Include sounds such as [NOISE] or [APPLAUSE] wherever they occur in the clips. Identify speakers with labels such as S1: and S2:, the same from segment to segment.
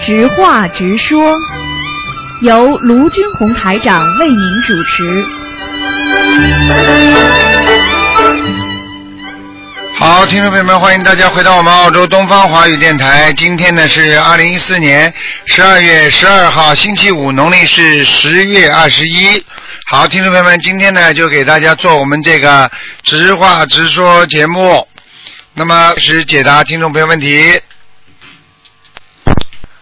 S1: 直话直说，由卢军红台长为您主持。
S2: 好，听众朋友们，欢迎大家回到我们澳洲东方华语电台。今天呢是二零一四年十二月十二号，星期五，农历是十月二十一。好，听众朋友们，今天呢就给大家做我们这个直话直说节目，那么是解答听众朋友问题。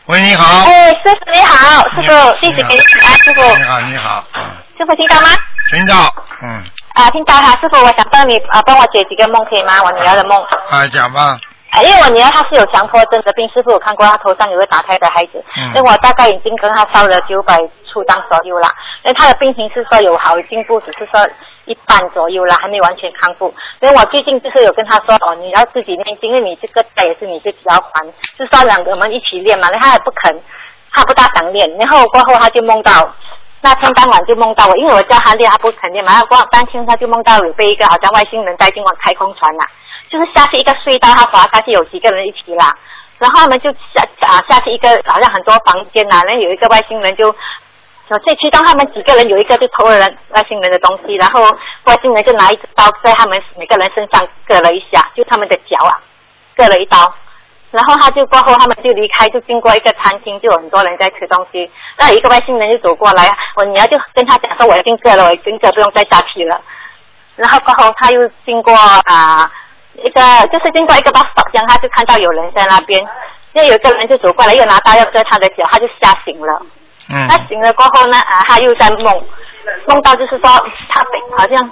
S2: 喂，你好。
S3: 哎，师傅你好，师傅弟子给你请安，师傅，
S2: 你好，你好，嗯
S3: 师傅听到吗？
S2: 听到，嗯，
S3: 啊，听到哈，师傅，我想帮你啊，帮我解几个梦可以吗？我女儿的梦，
S2: 啊，讲吧，
S3: 啊，因为我女儿她是有强迫症的病，师傅有看过她头上有个打胎的孩子，
S2: 嗯
S3: 因为我大概已经跟她烧了九百出张左右啦，因为她的病情是说有好进步，只是说一半左右啦，还没完全康复。因为我最近就是有跟她说哦，你要自己念经，因为你这个债也是你自己要还，就说两个我们一起练嘛，然后她也不肯，她不大想练，然后过后她就梦到。那天当晚就梦到我，因为我叫她练，她不肯练嘛。然后过后当天她就梦到有被一个好像外星人带进往太空船啦、就是下去一个隧道，他滑下去有几个人一起啦，然后他们就下啊下去一个好像很多房间呐、然后有一个外星人就。就这其中他们几个人有一个就偷了人外星人的东西，然后外星人就拿一支刀在他们每个人身上割了一下，就他们的脚啊，割了一刀。然后他就过后，他们就离开，就经过一个餐厅，就有很多人在吃东西。那有一个外星人就走过来，我女儿就跟他讲说：“我已经割了，我已经割，不用再下去了。”然后过后他又经过啊、一个，就是经过一个 bus stop 站，他就看到有人在那边，因为有一个人就走过来，又拿刀要割他的脚，他就吓醒了。
S2: 嗯
S3: 他醒了过后呢，啊，他又在梦，梦到就是说嗯他被好像。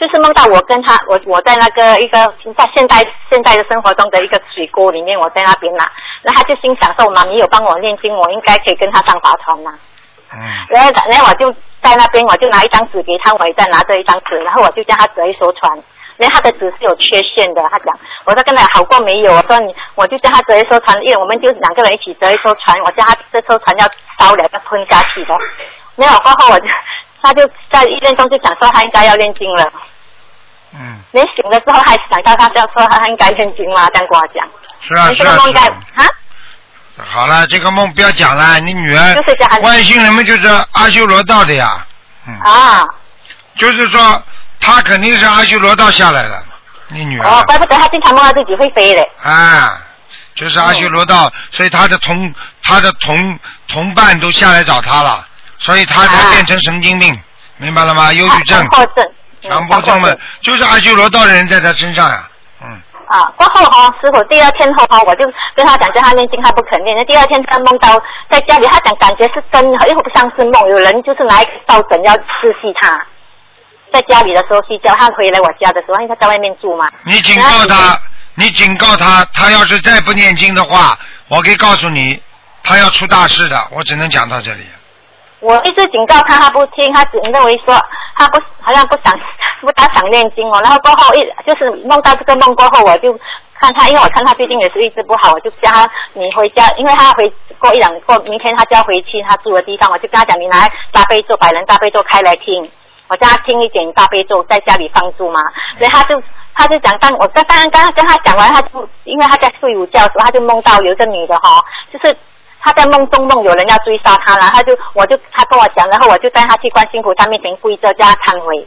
S3: 就是梦到我跟他，我我在那个一个在现代现代的生活中的一个水沟里面，我在那边啦，然后他就心想说，我妈咪有帮我念经，我应该可以跟他上法船啦。
S2: 嗯
S3: 然后然后我就在那边，我就拿一张纸给他，我也在拿着一张纸，然后我就叫他折一艘船。因为他的纸是有缺陷的，他讲，我说跟他好过没有？我说你，我就叫他折一艘船，因为我们就两个人一起折一艘船，我叫他这艘船要烧了，要吞下去的。没有过后，我就他就在意念中就想说他应该要念经了。
S2: 嗯，
S3: 你醒了之后还想到他这样说他应该念经吗？这样跟我讲，
S2: 是啊
S3: 你
S2: 是
S3: 这个
S2: 啊
S3: 梦
S2: 是
S3: 应该
S2: 啊，
S3: 啊，
S2: 好了，这个梦不要讲了，你女儿
S3: 就是这样
S2: 外星人们就是阿修罗道的呀，嗯，
S3: 啊，
S2: 就是说她肯定是阿修罗道下来了，你女
S3: 哦
S2: 儿，，
S3: 怪不得他经常梦到自己会飞嘞。
S2: 啊，就是阿修罗
S3: 哦
S2: 道，所以她的同她的同同伴都下来找她了，所以她才
S3: 啊
S2: 变成神经病，明白了吗？忧郁症
S3: 强、迫症，嗯
S2: 强迫症嘛，就是阿修罗道的人在她身上呀，嗯，
S3: 啊，过后哈、师傅第二天后哈、我就跟他讲叫他念经，他不肯念。那第二天他梦到在家里，他讲感觉是真，又不像是梦，有人就是拿一个抱枕要刺激他。在家里的时候睡觉，他回来我家的时候，因为他在外面住嘛。
S2: 你警告他，你警告他，他要是再不念经的话，我可以告诉你，他要出大事的。我只能讲到这里。
S3: 我一直警告他，他不听，他只认为说他不好像不想不大想念经哦。然后过后一就是梦到这个梦过后，我就看他，因为我看他最近也是一直不好，我就叫他你回家，因为他回过一两过明天他就要回去他住的地方，我就跟他讲你拿大悲咒，百人大悲咒开来听。我叫他听一点大悲咒，在家里放住嘛，所以他就他就讲，当我刚当然刚刚跟他讲完，他就因为他在睡午觉的时候，他就梦到有一个女的哈、就是他在梦中梦有人要追杀他，然后他就我就他跟我讲，然后我就带他去观世音菩萨面前跪着，叫他忏悔。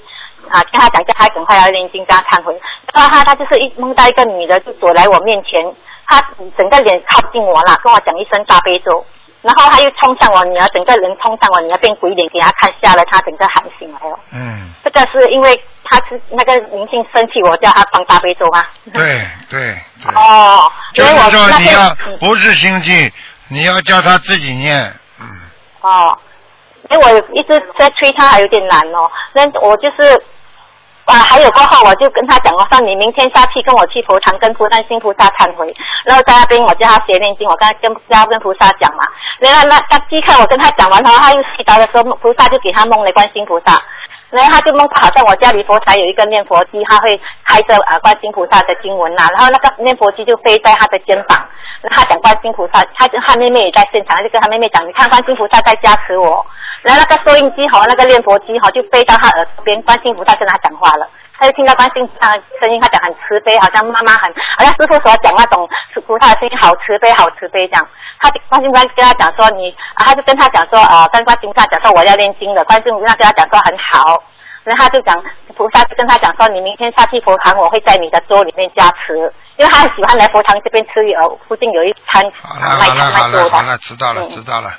S3: 啊，跟他讲叫他赶快要念经，叫他忏悔。然后他他就是一梦到一个女的就走来我面前，他整个脸靠近我啦，跟我讲一声大悲咒，然后他又冲向我女儿，整个人冲向我女儿变鬼脸给他看，吓了他整个喊醒来了。
S2: 嗯，
S3: 这个是因为他是那个明星生气，我叫他放大悲咒吗？
S2: 对对对，
S3: 哦，
S2: 就
S3: 因为
S2: 是
S3: 我
S2: 说
S3: 嗯那
S2: 你要
S3: 天嗯
S2: 不是心计，你要叫他自己念。嗯，
S3: 哦，因为我一直在催他，还有点难哦。那我就是。啊，还有过后，我就跟他讲，我说你明天下去跟我去佛堂跟菩萨心菩萨忏悔，然后在那边我叫他学念经，我刚才跟叫他跟菩萨讲嘛，然后那那即刻我跟他讲完，然后他又睡着的时候，菩萨就给他梦了观世音菩萨，然后他就梦到好像我家里佛台有一个念佛机，他会开着啊观世音菩萨的经文啊呐、然后那个念佛机就飞在他的肩膀，然后他讲观世音菩萨，他就他妹妹也在现场，他就跟他妹妹讲，你看观世音菩萨在加持哦我，然后那个收音机和那个念佛机和就飞到他耳朵边，观世音菩萨跟他讲话了。他就听到观世音菩萨的声音，他讲很慈悲，好像妈妈很，好像师傅所讲那种菩萨的声音好慈悲，好慈悲这样。他观世音菩萨跟他讲说你，啊、他就跟他讲说，呃，跟观世音菩萨讲说我要念经了，观世音菩萨跟他讲说很好。然后他就讲，菩萨就跟他讲说，你明天下去佛堂，我会在你的桌里面加持，因为他很喜欢来佛堂这边吃鱼，呃附近有一摊
S2: 好
S3: 啊
S2: 了
S3: 卖
S2: 好了
S3: 卖
S2: 好
S3: 粥
S2: 了好
S3: 的。
S2: 了，知道了
S3: 嗯
S2: 知道了。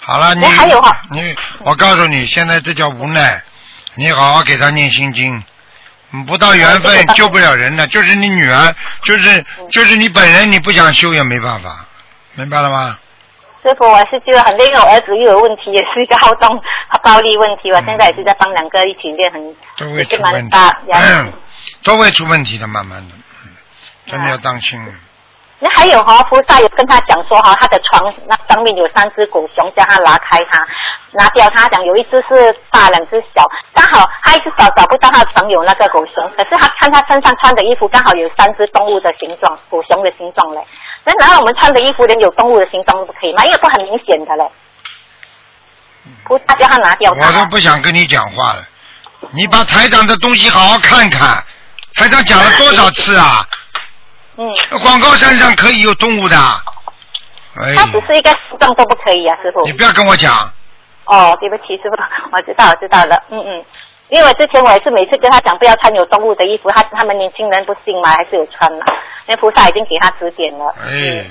S2: 好了，你
S3: 哎还有啊
S2: 你，我告诉你，现在这叫无奈。你好好给他念心经，你不到缘
S3: 嗯这
S2: 分
S3: 个嗯当
S2: 救不了人的，就是你女儿，就是就是你本人，你不想修也没办法，明白了吗？
S3: 师傅，我是觉得很累，因为我儿子又有问题，也是一个好动和暴力问题，我现在也是在帮两个一起练，很
S2: 都会
S3: 也
S2: 出
S3: 是
S2: 问
S3: 蛮
S2: 题
S3: 大，压力。
S2: 嗯都会出问题的，慢慢的，嗯真的
S3: 啊
S2: 要当心。
S3: 那还有哈、菩萨有跟他讲说哈、他的床那上面有三只狗熊，叫他拿开它，拿掉它。他讲有一只是大，两只小。刚好他一只找找不到他的床有那个狗熊，可是他看他身上穿的衣服刚好有三只动物的形状，狗熊的形状嘞。那难道我们穿的衣服连有动物的形状都不可以吗？因为不很明显的嘞。菩萨叫他拿掉它。
S2: 我都不想跟你讲话了。你把台长的东西好好看看，台长讲了多少次啊？
S3: 嗯，
S2: 广告山上可以有动物的。哎，
S3: 他只是一个形状都不可以啊，师傅。
S2: 你不要跟我讲，
S3: 哦，对不起，师傅， [LAUGHS] 我知道，我知道了，嗯嗯。因为我之前我也是每次跟他讲不要穿有动物的衣服，他他们年轻人不信嘛，还是有穿嘛。那菩萨已经给他指点了，
S2: 哎，
S3: 嗯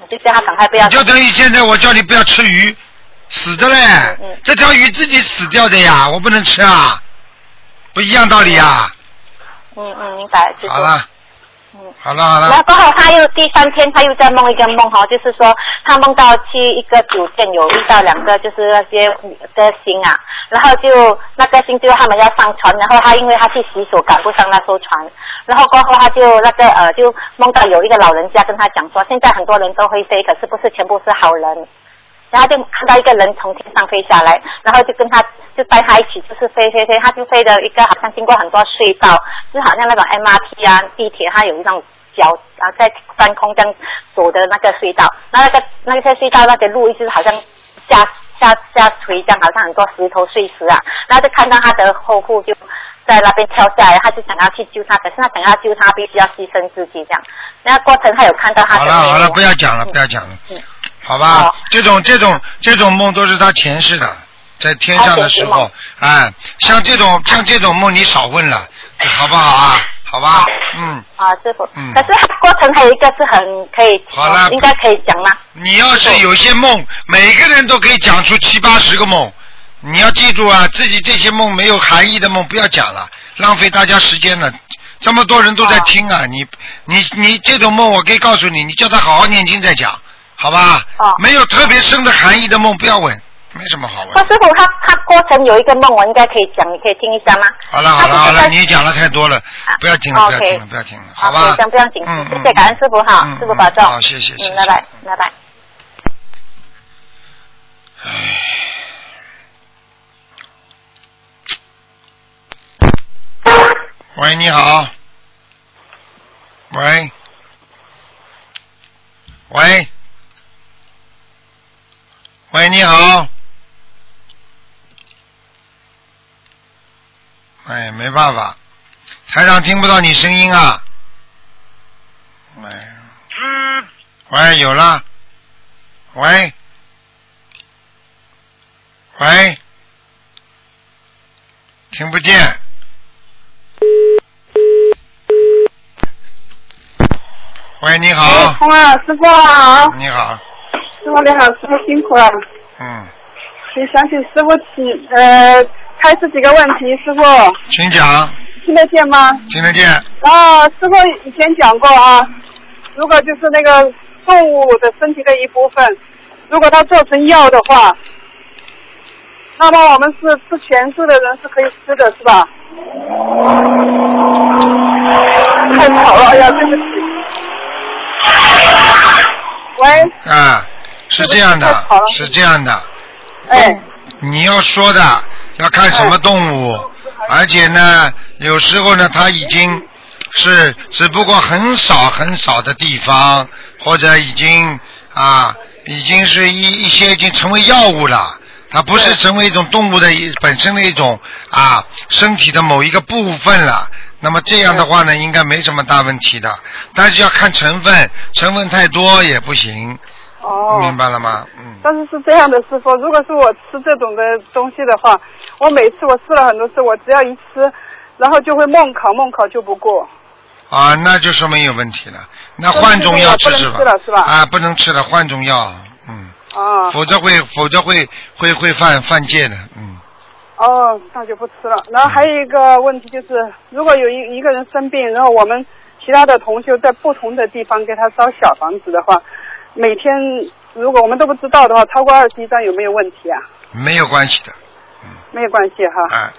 S3: 我就叫他赶快不要
S2: 你。就等于现在我叫你不要吃鱼，死的嘞
S3: 嗯嗯，
S2: 这条鱼自己死掉的呀，我不能吃啊，不一样道理啊。
S3: 嗯嗯，明白，师傅。
S2: 好了
S3: 嗯，
S2: 好了好
S3: 然后
S2: 了，
S3: 过后他又第三天他又在梦一个梦哈，就是说他梦到去一个酒店有遇到两个就是那些歌星啊，然后就那个星就他们要上船，然后他因为他去洗手赶不上那艘船，然后过后他就那个呃就梦到有一个老人家跟他讲说，现在很多人都会飞，可是不是全部是好人。然后就看到一个人从天上飞下来，然后就跟他就带他一起，就是飞飞飞，他就飞的一个好像经过很多隧道，就是好像那种 MRT 啊地铁，它有一种脚啊在半空这样走的那个隧道，那那个那些隧道那些路一直好像下下下垂这样，好像很多石头碎石啊，然后就看到他的后部就在那边跳下来，他就想要去救他，可是他想要救他必须要牺牲自己这样，那过程他有看到他
S2: 好
S3: 的
S2: 了
S3: 面目
S2: 好了，不要讲了不要讲了，好吧
S3: 嗯好？
S2: 这种这种这种梦都是他前世的，在天上的时候，哎，像这种像这种梦你少问了，好不好啊？好吧
S3: 好，
S2: 嗯。
S3: 啊，师傅。
S2: 嗯
S3: 可是它过程还有一个是很可以，
S2: 好啦
S3: 应该可以讲吗？
S2: 你要是有些梦，每个人都可以讲出七八十个梦。你要记住啊，自己这些梦没有含义的梦不要讲了，浪费大家时间了。这么多人都在听啊，你你你这种梦，我可以告诉你，你叫他好好念经再讲，好吧？
S3: 哦
S2: 没有特别深的含义的梦不要问，没什么好
S3: 那
S2: 问。
S3: 哦师傅，他他过程有一个梦，我应该可以讲，你可以听一下吗？
S2: 好了好了好
S3: 它
S2: 了，
S3: 只是
S2: 你讲了太多了，不要听了
S3: 啊
S2: 不要听了
S3: OK
S2: 不要听了，
S3: 啊
S2: 好吧
S3: 不？用不用紧，
S2: 嗯
S3: 谢
S2: 嗯
S3: 谢感恩师傅哈，
S2: 嗯
S3: 师傅保重。
S2: 嗯好谢谢谢谢
S3: 嗯，拜拜拜拜。
S2: 喂，你好。喂，喂，喂，你好。哎，没办法，台长听不到你声音啊。喂，喂，有了。喂，喂，听不见。喂，你好
S4: 哎，，通啊，师傅好，
S2: 你好，
S4: 师傅你好，师傅辛苦了。
S2: 嗯，
S4: 也想请师傅请呃开始几个问题，师傅
S2: 请讲，
S4: 听得见吗？
S2: 听得见，
S4: 然后师傅以前讲过啊，如果就是那个动物的身体的一部分，如果它做成药的话，那么我们是吃全素的人是可以吃的，是吧？太吵了，哎呀，对不起。喂，
S2: 啊，是这样
S4: 这个
S2: 的
S4: 太好了，
S2: 是这样的，
S4: 哎，
S2: 你要说的要看什么动物，而且呢，有时候呢，它已经是只不过很少很少的地方，或者已经啊，已经是一一些已经成为药物了。它不是成为一种动物的一本身的一种啊身体的某一个部分了，那么这样的话呢，应该没什么大问题的，但是要看成分，成分太多也不行，
S4: 哦，
S2: 明白了吗？嗯，
S4: 但是是这样的，师傅，如果是我吃这种的东西的话，我每次我试了很多次，我只要一吃，然后就会梦考，梦考就不过。
S2: 啊，那就说明有问题了。那换种药吃
S4: 就是不能吃了是吧
S2: 啊，不能吃了，换种药，嗯，
S4: 啊，
S2: 否则会否则会会会犯犯戒的，嗯。
S4: 哦，那就不吃了。然后还有一个问题就是，如果有一一个人生病，然后我们其他的同修在不同的地方给他烧小房子的话，每天如果我们都不知道的话，超过二十一张有没有问题啊？
S2: 没有关系的，
S4: 没有关系哈。
S2: 啊，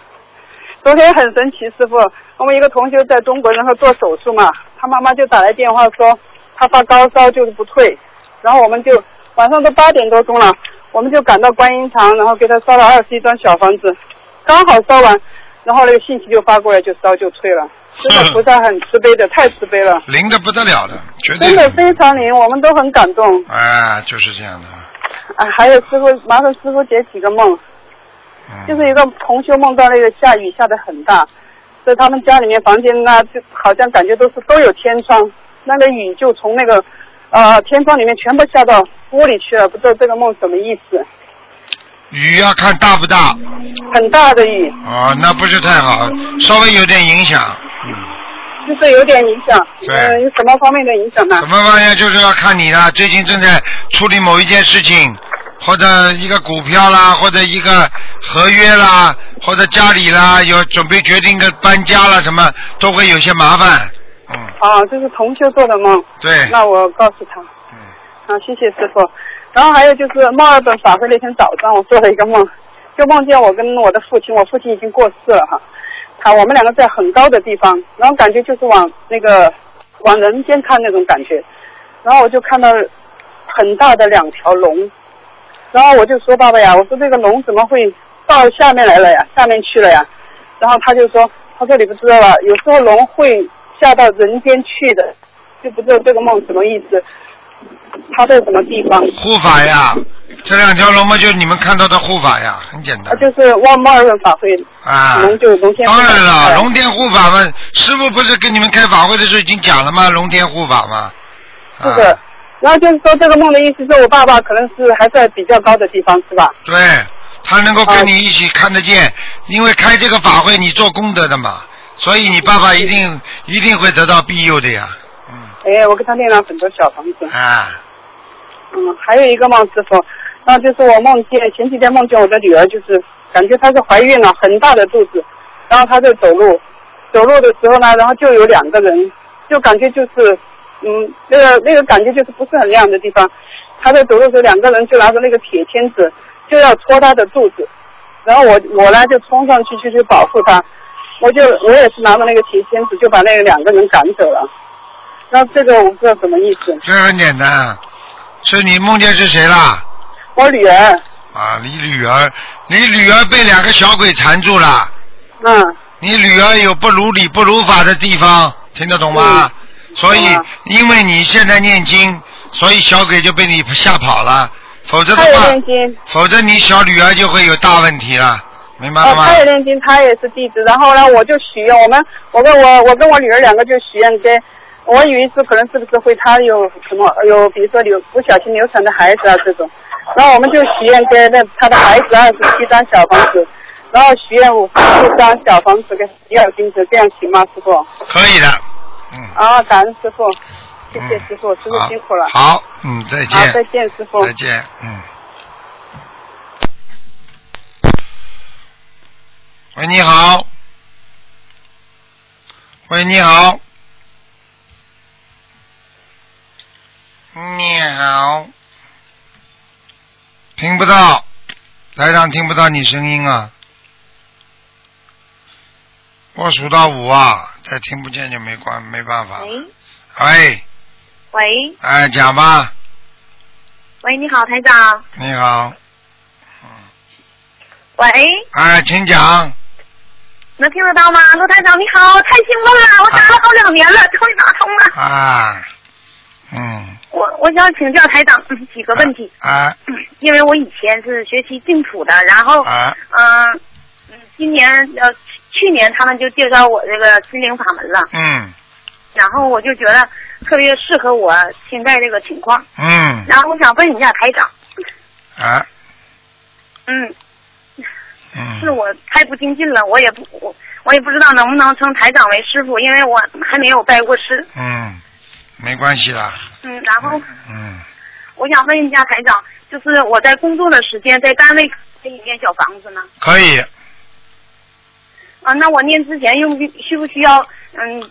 S4: 昨天很神奇，师傅，我们一个同学在中国，然后做手术嘛，他妈妈就打来电话说他发高烧就是不退，然后我们就晚上都八点多钟了，我们就赶到观音堂，然后给他烧了二十一张小房子，刚好烧完，然后那个信息就发过来，就烧就退了，真的菩萨很慈悲的，太慈悲了，
S2: 灵的不得了的，绝对
S4: 真的非常灵，我们都很感动。
S2: 啊，就是这样的，
S4: 啊，还有师傅，麻烦师傅解几个梦。
S2: 嗯，
S4: 就是一个同修梦到那个下雨下的很大，在他们家里面房间那就好像感觉都是都有天窗，那个雨就从那个呃天窗里面全部下到屋里去了，不知道这个梦什么意思，
S2: 雨要看大不大，嗯
S4: 很大的雨，
S2: 哦，那不是太好，稍微有点影响。
S4: 就是有点影响，
S2: 对
S4: 嗯、有什么方面的影响 [LAUGHS] 呢
S2: 怎？么方向就是要看你了，最近正在处理某一件事情，或者一个股票啦，或者一个合约啦，或者家里啦，有准备决定个搬家啦，什么都会有些麻烦。嗯，
S4: 啊，这是同修做的梦，
S2: 对，
S4: 那我告诉他，
S2: 嗯
S4: 啊，谢谢师傅。然后还有就是墨尔本法会那天早上，我做了一个梦，就梦见我跟我的父亲，我父亲已经过世了哈，他我们两个在很高的地方，然后感觉就是往那个往人间看那种感觉，然后我就看到很大的两条龙，然后我就说爸爸呀，我说这个龙怎么会到下面来了呀，下面去了呀？然后他就说，他说你不知道吧，有时候龙会下到人间去的，就不知道这个梦什么意思，他在什么地方？
S2: 护法呀，这两条龙嘛，就是你们看到的护法呀，很简
S4: 啊，
S2: 单
S4: 就是望墨尔本法会，
S2: 啊。
S4: 龙就龙天护
S2: 当
S4: 法
S2: 然了，
S4: 哎
S2: 龙天护法嘛，师傅不是跟你们开法会的时候已经讲了吗？龙天护法嘛。
S4: 是
S2: 啊
S4: 的。然后就是说，这个梦的意思是我爸爸可能是还在比较高的地方，是吧？
S2: 对，他能够
S4: 哦
S2: 跟你一起看得见，因为开这个法会你做功德的嘛，所以你爸爸一定一定会得到庇佑的呀。嗯，
S4: 哎，我给他念了很多小房子。
S2: 啊，
S4: 嗯，还有一个梦师傅，那就是我梦见前几天梦见我的女儿，就是感觉她是怀孕了，很大的肚子，然后她在走路，走路的时候呢，然后就有两个人，就感觉就是，嗯，那个那个感觉就是不是很亮的地方，她在走路的时候，两个人就拿着那个铁签子就要戳她的肚子，然后我我呢就冲上去就去保护她，我就我也是拿着那个铁签子就把那两个人赶走了，那这个我不知道什么意思，
S2: 这很简单。所以你梦见是谁啦？
S4: 我女儿，
S2: 啊，你女儿，你女儿被两个小鬼缠住了。
S4: 嗯。
S2: 你女儿有不如理不如法的地方，听得懂吗？所以
S4: 懂了，
S2: 因为你现在念经，所以小鬼就被你吓跑了。否则的
S4: 他有
S2: 话，
S4: 念经，
S2: 否则你小女儿就会有大问题了，明白
S4: 呃，
S2: 了吗？
S4: 他也念经，他也是弟子。然后呢，我就许愿，我们我跟我我跟我女儿两个就许愿给，我以为是可能是不是会他有什么有，比如说流不小心流产的孩子啊这种。然后我们就许愿给那他的孩子二啊十七张小房子，然后许愿五十四张小房子给第二金子，这样行吗，师傅？
S2: 可以的，嗯，
S4: 啊，感恩师傅，谢
S2: 嗯
S4: 谢师傅，师傅
S2: 好
S4: 辛苦了。
S2: 好，嗯，再
S4: 好，
S2: 见，
S4: 再见，师傅。
S2: 再见，嗯。喂，你好。喂，你好。你好。听不到，台长听不到你声音啊。我数到五啊，再听不见就没关没办法了。
S5: 喂
S2: 哎
S5: 喂
S2: 哎，讲吧。
S5: 喂，你好，台长。
S2: 你好，
S5: 喂，
S2: 哎，请讲。
S5: 能听得到吗？陆台长你好，太兴奋了！我打了好两年了，终于打通了。
S2: 啊，嗯，
S5: 我我想请教台长嗯几个问题，
S2: 啊
S5: 嗯因
S3: 哦
S5: 为我以前是学习净土的，然后
S2: 啊
S5: 嗯、呃嗯，今年呃
S3: 去年他们就介绍我这个心灵法门了，
S2: 嗯
S3: 然后我就觉得特别适合我现在这个情况。
S2: 嗯
S3: 然后我想问一下台长，
S2: 啊
S3: 嗯，
S2: 嗯，
S3: 是我太不精进了，我也不我我也不知道能不能称台长为师傅，因为我还没有拜过师。
S2: 嗯，没关系啦。
S3: 嗯，然后
S2: 嗯
S3: 我想问一下台长，就是我在工作的时间，在单位可以念小房子呢？
S2: 可以，
S3: 啊，那我念之前用需不需要嗯，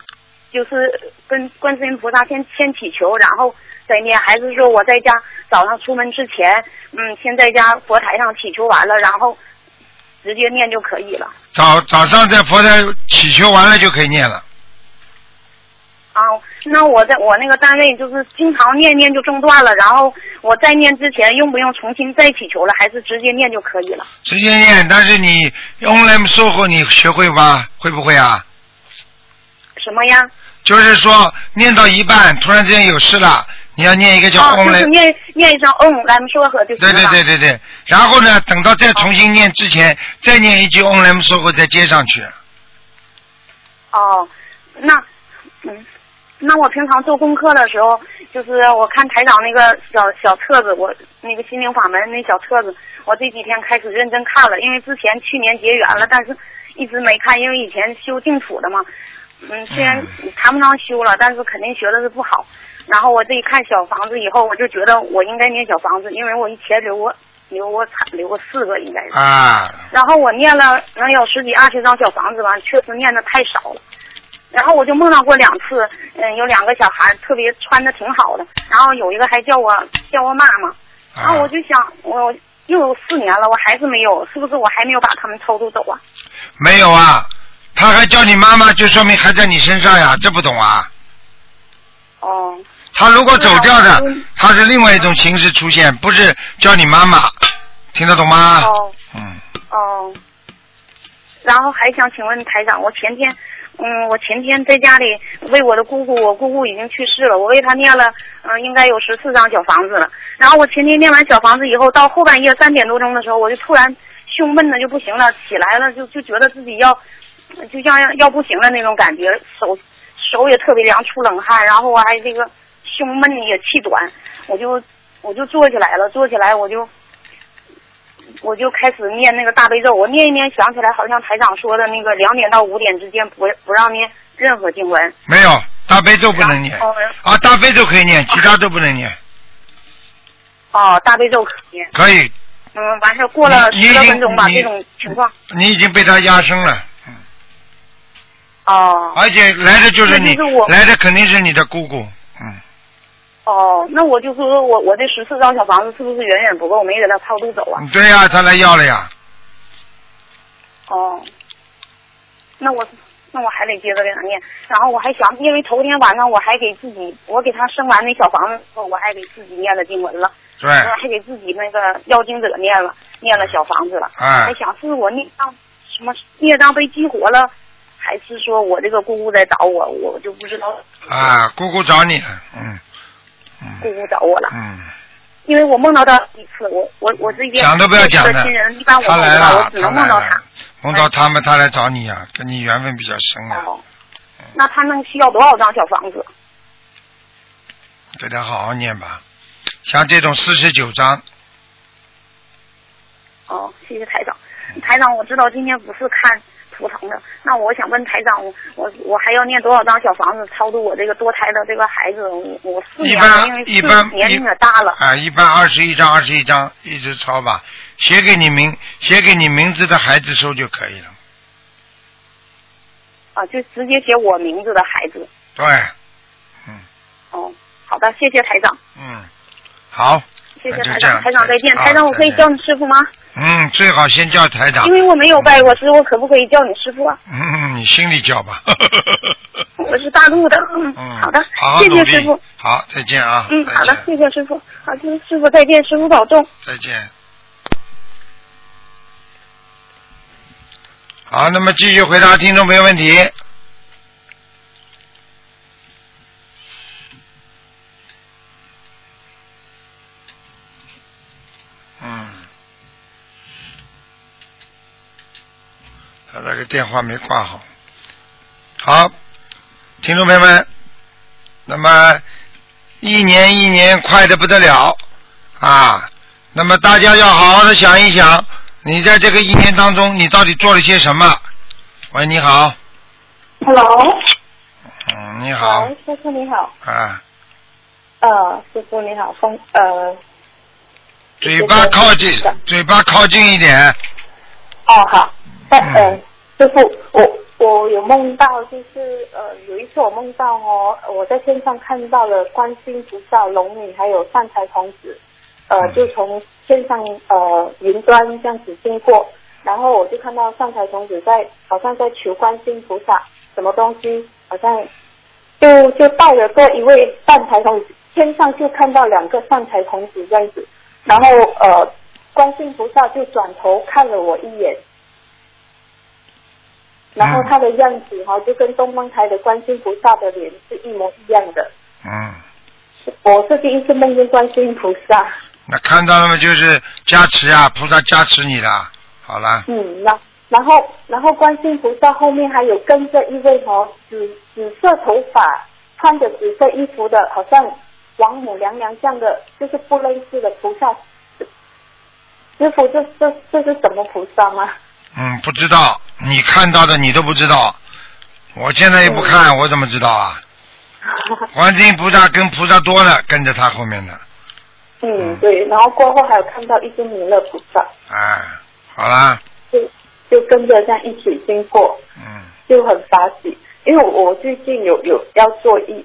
S3: 就是跟观世音菩萨先先祈求，然后再念，还是说我在家早上出门之前，嗯，先在家佛台上祈求完了，然后直接念就可以了？
S2: 早早上在佛台祈求完了就可以念了。
S3: 啊，那我在我那个单位就是经常念念就中断了，然后我再念之前用不用重新再祈求了，还是直接念就可以了？
S2: 直接念，但是你 online 售后你学会吧？会不会啊？
S3: 什么呀？
S2: 就是说念到一半，突然之间有事了，你要念一个叫
S3: 啊，就是
S2: online，、
S3: 念念一声嗯，咱们说和就行
S2: 对
S3: 了。
S2: 对对对对。然后呢，等到再重新念之前，再念一句 online 售后再接上去。
S3: 哦，那嗯，那我平常做功课的时候，就是我看台长那个小小册子，我那个心灵法门那小册子，我这几天开始认真看了，因为之前去年结缘了，但是一直没看，因为以前修净土的嘛，嗯，虽然谈不上修了，但是肯定学的是不好。然后我这一看小房子以后，我就觉得我应该念小房子，因为我以前留过留过产留过四个应该是。
S2: 啊，
S3: 然后我念了能有十几二十张小房子吧，确实念的太少了。然后我就梦到过两次，嗯，有两个小孩特别穿的挺好的，然后有一个还叫我叫我妈妈，然
S2: 啊
S3: 哦后我就想，我又有四年了，我还是没有，是不是我还没有把他们超度走啊？
S2: 没有啊，他还叫你妈妈，就说明还在你身上呀，这不懂啊？
S3: 哦，
S2: 他如果走掉的
S3: 对啊，
S2: 他是另外一种形式出现，不是叫你妈妈，听得懂吗？
S3: 哦，
S2: 嗯，
S3: 哦。然后还想请问台长，我前天，嗯，我前天在家里为我的姑姑，我姑姑已经去世了，我为她念了，嗯、应该有十四张小房子了。然后我前天念完小房子以后，到后半夜三点多钟的时候，我就突然胸闷的就不行了，起来了就就觉得自己要，就像要要不行了那种感觉，手手也特别凉，出冷汗，然后我还这个胸闷也气短，我就我就坐起来了，坐起来我就我就开始念那个大悲咒，我念一念，想起来好像台长说的那个两点到五点之间不不让念任何经文。
S2: 没有，大悲咒不能念
S3: 然后
S2: 啊，大悲咒可以念，其他都不能念，
S3: 哦，大悲咒可以。
S2: 可以。
S3: 嗯，完事儿过了
S2: 你你已
S3: 十
S2: 经
S3: 多分钟吧，
S2: 你
S3: 这种情况。
S2: 你已经被他压生了，嗯，
S3: 哦
S2: 而且来的就是
S3: 那
S2: 你
S3: 就是我，
S2: 来的肯定是你的姑姑，嗯，
S3: 哦，那我就说我我这十四张小房子是不是远远不够，没给他超度走啊？
S2: 嗯对呀、他来要了呀，
S3: 哦，那我那我还得接着给他念，然后我还想，因为头天晚上我还给自己，我给他生完那小房子，我还给自己念了经文了。
S2: 对，
S3: 我还给自己那个要经者念了，念了小房子了，
S2: 哎
S3: 还想是我孽障什么孽障被激活了，还是说我这个姑姑在找我，我就不知道
S2: 啊，姑姑找你了，嗯，
S3: 姑
S2: 嗯，
S3: 姑找我了，
S2: 嗯，
S3: 因为我梦到她一次，我我我这边
S2: 讲都不要讲
S3: 这
S2: 的
S3: 个亲人一般，我
S2: 他
S3: 梦不
S2: 来
S3: 到，我
S2: 了，
S3: 只
S2: 他
S3: 能梦
S2: 来
S3: 到她
S2: 了。，梦到他们，他来找你呀、啊跟你缘分比较深啊，
S3: 哦，那她能需要多少张小房子？
S2: 给他好好念吧，像这种四十九章，
S3: 哦，谢谢台长。台长，我知道今天不是看图腾的，那我想问台长，我我我还要念多少张小房子超度我这个堕胎的这个孩子？我我四
S2: 一
S3: 年了，
S2: 般
S3: 因为
S2: 一
S3: 四
S2: 般
S3: 年
S2: 一
S3: 龄也大了。
S2: 啊，一般二十一张，二十一张，一直抄吧，写给你名，写给你名字的孩子收就可以了。
S3: 啊，就直接写我名字的孩子。
S2: 对，嗯
S3: 哦，好的，谢谢台长，
S2: 嗯，好，
S3: 谢谢
S2: 那就
S3: 台
S2: 这
S3: 长，
S2: 样
S3: 台长再见。
S2: 啊
S3: 台长，我可以
S2: 再见
S3: 叫你师傅吗？
S2: 嗯，最好先叫台长
S3: 因，为我没有拜过师，我可不可以叫你师傅啊？
S2: 嗯，你心里叫
S3: [LAUGHS]
S2: 吧。
S3: 我是大陆的。嗯，
S2: 嗯，
S3: 好的，
S2: 好好
S3: 谢
S2: 努
S3: 谢
S2: 力
S3: 师傅。。
S2: 好，再见啊。
S3: 嗯，
S2: 再
S3: 好的，
S2: 见，
S3: 谢谢师傅。好的，师傅再见，师傅保重。
S2: 再见。好，那么继续回答听众朋友问题。嗯，他这个个电话没挂好。好，听众朋友们，那么一年一年快的不得了啊！那么大家要好好的想一想，你在这个一年当中，你到底做了些什么？喂，你好，
S6: Hello，
S2: 嗯，你好
S6: 喂，师傅你好，
S2: 啊，
S6: 呃，师傅你好，风呃，
S2: 嘴巴靠近，嘴巴靠近一点，
S6: 哦好，但呃
S2: 嗯，
S6: 师傅我我有梦到，就是呃有一次我梦到哦，我在天上看到了观世音菩萨、龙女还有善财童子，呃
S2: 嗯
S6: 就从天上呃云端这样子经过，然后我就看到善财童子在好像在求观世音菩萨什么东西，好像就就带了这一位善财童子，天上就看到两个善财童子这样子，然后呃，观世音菩萨就转头看了我一眼，然后他的样子哈、就跟东方台的观世音菩萨的脸是一模一样的。
S2: 嗯，
S6: 我是第一次梦见观世音菩萨，
S2: 那看到了吗？就是加持啊，菩萨加持你了，好了，
S6: 嗯，然然后然后观世音菩萨后面还有跟着一位哦紫紫色头发、穿着紫色衣服的，好像王母娘娘这样的，就是不认识的菩萨。师傅，这这这是什么菩萨吗？
S2: 嗯，不知道，你看到的你都不知道，我现在也不
S6: 嗯
S2: 看，我怎么知道啊？观世音菩萨跟菩萨多了，跟着他后面的，
S6: 嗯，对，然后过后还有看到一尊弥勒菩萨，
S2: 哎，好啦，
S6: 就就跟着这样一起经过，
S2: 嗯
S6: 就很发喜，因为我最近有有要做一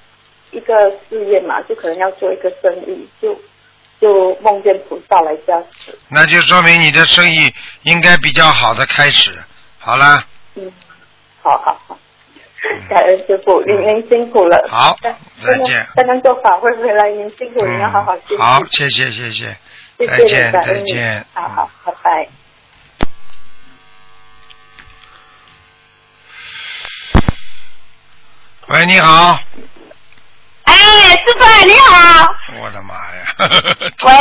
S6: 一个事业嘛，就可能要做一个生意，就就梦见菩萨来加持，
S2: 那就说明你的生意应该比较好的开始，好啦，
S6: 嗯，好好好，感恩师傅，您您辛苦了，
S2: 嗯好
S6: 刚
S2: 再见
S6: 刚刚做法会回来，您辛苦，您要
S2: 嗯，
S6: 好好休息，
S2: 好，谢谢谢谢，
S6: 谢
S2: 再
S6: 谢
S2: 见
S6: 您，感恩
S2: 再
S6: 您
S2: 见
S6: 好好，拜拜。
S2: 喂，你好，
S7: 哎，师傅你好，
S2: 我的妈呀， [LAUGHS]
S6: [LAUGHS]
S7: 喂，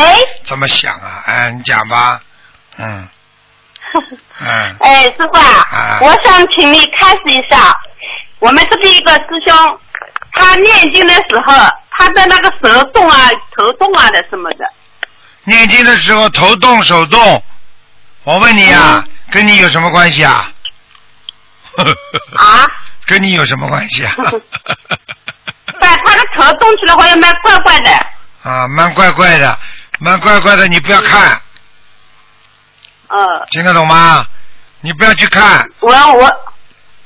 S2: 怎么想啊？哎，你讲吧，嗯，嗯，
S7: 哎，师傅
S2: 啊
S7: 啊，我想请你开示一下，我们这边一个师兄，他念经的时候，他的那个舌动啊、头动啊的什么的，
S2: 念经的时候头动手动，我问你啊，
S7: 嗯
S2: 跟你有什么关系啊？
S7: 啊，
S2: [LAUGHS] 跟你有什么关系啊？
S7: [LAUGHS] 但他的头动起来好像蛮怪怪的，
S2: 啊，蛮怪怪的，蛮怪怪的，你不要看，
S7: 呃，
S2: 听得懂吗？你不要去看，
S7: 我我，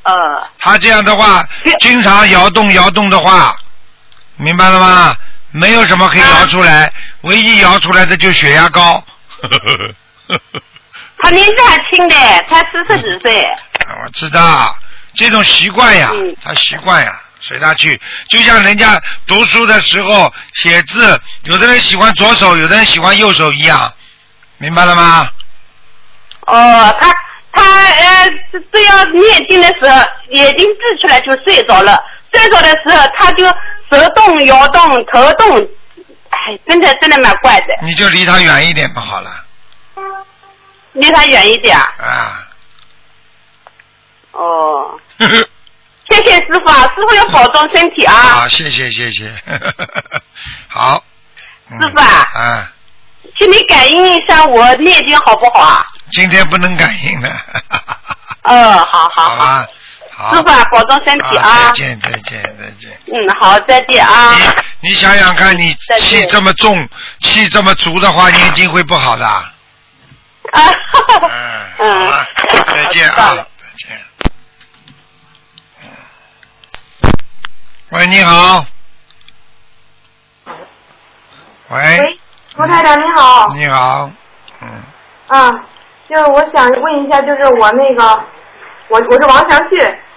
S7: 呃，
S2: 他这样的话，经常摇动摇动的话，明白了吗？没有什么可以摇出
S7: 啊
S2: 来，唯一摇出来的就血
S7: [LAUGHS]
S2: 压高。
S7: 他啊年纪还轻的，才四十几岁，
S2: 啊我知道，这种习惯呀
S7: 嗯，
S2: 他习惯呀，随他去。就像人家读书的时候写字，有的人喜欢左手，有的人喜欢右手一样，明白了吗？
S7: 哦，他他呃，只只要念经的时候，眼睛闭起来就睡着了，睡着的时候他就舌动、摇动、头动，哎，真的真的蛮怪的，
S2: 你就离他远一点嘛，好了
S7: 离他远一点啊。
S2: 啊。
S7: 哦，
S2: [LAUGHS]
S7: 谢谢师傅啊，师傅要保重身体啊，
S2: 好，谢谢谢谢， [LAUGHS] 好。嗯
S7: 师傅啊
S2: 啊，
S7: 请你感应一下我念经好不好啊？
S2: 今天不能感应了。
S7: 哦，好好
S2: [LAUGHS]
S7: 好，
S2: 吧，好。
S3: 嗯
S7: 师傅啊，保重身体
S2: 啊
S7: 啊
S2: 再。见再见再见。
S7: 嗯，好，再见啊。
S2: 你你想想看，你
S7: 再
S2: 气
S7: 见
S2: 这么重，气这么足的话，念经会不好的。
S7: 啊，
S2: 嗯，好
S7: 嗯
S2: 了，再见
S7: 知道
S2: 啊，
S7: 了
S2: 再见。嗯喂，你好。喂，
S8: 罗台长你好，
S2: 你好，嗯，
S8: 啊，就是我想问一下，就是我那个，我我是王祥旭，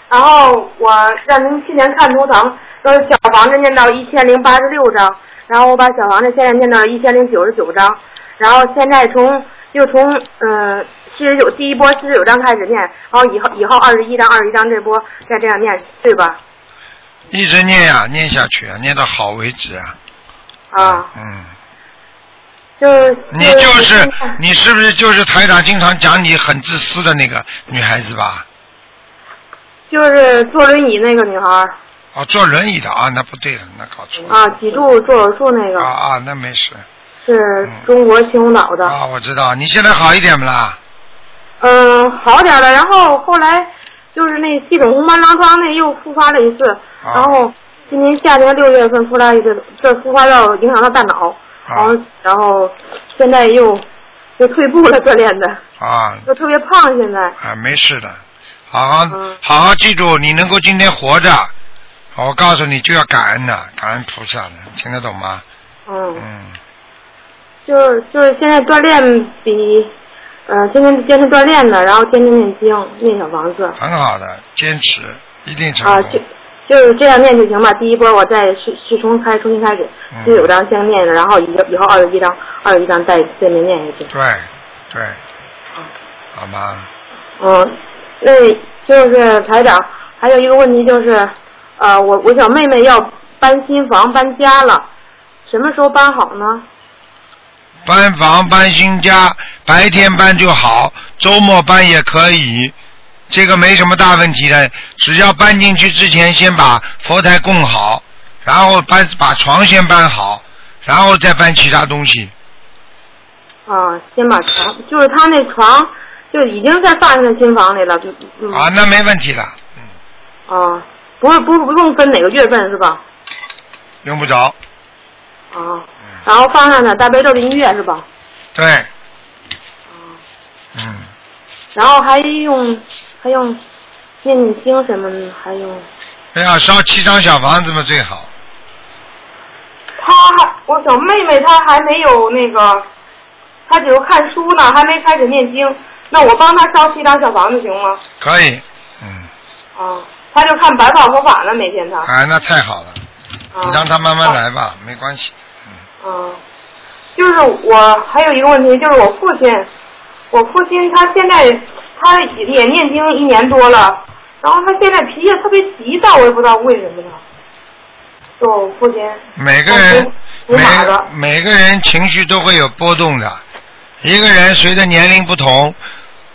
S8: 然后我让您去年看图腾，说小房子念到一千零八十六章，然后我把小房子现在念到了一千零九十九章，然后现在从又从嗯四十九第一波四十九章开始念，然后以后以后二十一章二十一章这波再这样念，对吧？
S2: 一直念呀、念下去啊，念到好为止啊。
S8: 啊，
S2: 嗯，
S8: 就是
S2: 你就是
S8: 现在
S2: 你是不是就是台长经常讲你很自私的那个女孩子吧？
S8: 就是坐轮椅那个女孩儿
S2: 哦，坐轮椅的啊，那不对了，那搞错了。
S8: 啊，脊柱做手术那个，
S2: 啊嗯啊，那没事
S8: 是中国秦皇岛的。
S2: 啊，我知道。你现在好一点不啦？
S8: 嗯，好点儿了。然后后来就是那系统红斑狼疮那又复发了一次，
S2: 啊
S8: 然后今年夏天六月份复发一次，这复发药影响到大脑，然
S2: 啊
S8: 后然后现在又又退步了，这练的
S2: 啊
S8: 就特别胖现在。
S2: 啊，没事的，好好、
S8: 嗯
S2: 好好记住，你能够今天活着，我告诉你就要感恩呐，感恩菩萨了，听得懂吗？
S8: 嗯，
S2: 嗯，
S8: 就是就是现在锻炼比。嗯，天天坚持锻炼的，然后天天念经，念小房子，
S2: 很好的，坚持，一定成
S8: 啊，
S2: 功。
S8: 就就是这样念就行吧。第一波我再去去重开重新开始
S2: 嗯，
S8: 第九章先念着，然后以以后二十一章二十一章再再没念下去。
S2: 对对，好吗？
S8: 嗯，那就是台长，还有一个问题就是，呃，我我小妹妹要搬新房搬家了，什么时候搬好呢？
S2: 搬房搬新家，白天搬就好，周末搬也可以，这个没什么大问题的。只要搬进去之前，先把佛台供好，然后搬把床先搬好，然后再搬其他东西。
S8: 啊，先把床，就是她那床就已经在放进新房里了，就嗯
S2: 啊，那没问题了，嗯，
S8: 啊，不是不不用分哪个月份是吧？
S2: 用不着。
S8: 啊，然后放上点大悲咒的音乐是吧？啊
S2: 对，嗯，
S8: 然后还用还用念念经什么的，还用
S2: 哎呀，烧七张小房子嘛最好。
S8: 她还我小妹妹她还没有那个，她只是看书呢，还没开始念经。那我帮她烧七张小房子行吗？
S2: 可以，嗯，
S8: 啊，她就看白话佛法呢，每天她。
S2: 啊，那太好了，
S8: 啊
S2: 你让他慢慢来吧，没关系。
S8: 嗯，就是我还有一个问题，就是我父亲，我父亲他现在他也念经一年多了，然后他现在脾气特别急躁，我也不知道为什么呢。就我父亲，
S2: 每个人
S8: 属属
S2: 每
S8: 马的，
S2: 每个人情绪都会有波动的。一个人随着年龄不同，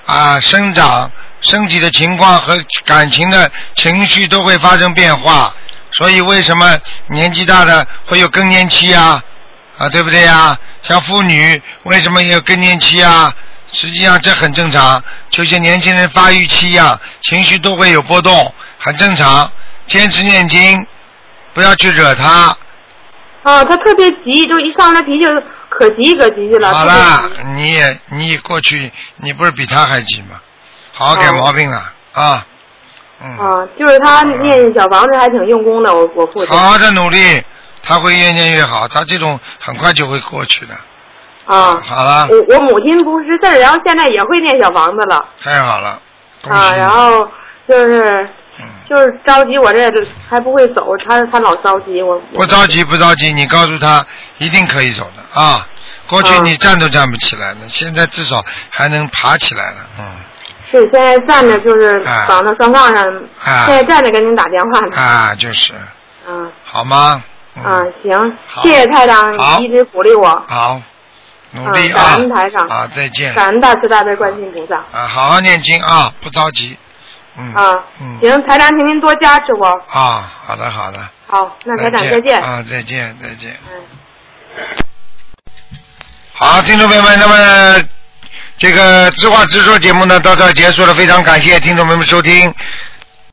S2: 啊，生长、身体的情况和感情的情绪都会发生变化。所以为什么年纪大的会有更年期啊？啊，对不对啊？像妇女为什么也有更年期啊？实际上这很正常，就像年轻人发育期一样，情绪都会有波动，很正常。坚持念经，不要去惹他，
S8: 啊，他特别急，就一上来脾气可急可急去了。
S2: 好
S8: 特
S2: 啦
S8: 别急，
S2: 你也你过去你不是比他还急吗？好好改
S8: 哦
S2: 毛病了、啊，嗯，
S8: 啊，就是他念小房子还挺用功的，我我父亲
S2: 好。好的努力，他会越念越好，他这种很快就会过去的。
S8: 啊，
S2: 好了，
S8: 我我母亲不识字儿，然后现在也会念小房子了。
S2: 太好了，恭喜
S8: 啊，
S2: 你。
S8: 然后就是
S2: 嗯
S8: 就是着急，我这还不会走，他他老着急，我
S2: 不着急，不着急，你告诉他一定可以走的啊！过去
S8: 嗯
S2: 你站都站不起来呢，现在至少还能爬起来了，嗯，
S8: 是现在站着就是
S2: 啊
S8: 绑到双杠上，
S2: 啊
S8: 现在站着跟您打电话呢。
S2: 啊，就是，
S8: 嗯
S2: 好吗？嗯，
S8: 啊，行，
S2: 好
S8: 谢谢台长
S2: 好
S8: 一直鼓励我，
S2: 好，努力啊！
S8: 嗯感恩台长
S2: 啊，再见。
S8: 感恩大慈大悲观世音菩萨。
S2: 啊，好好念经啊，不着急。嗯。
S8: 啊，
S2: 嗯。
S8: 行，台长，请您多加持我。
S2: 啊，好的好的。
S8: 好，那台长再见。
S2: 啊，再见再见。
S8: 嗯。
S2: 好，听众朋友们，那么这个知话直说节目呢到这儿结束了，非常感谢听众朋友们收听。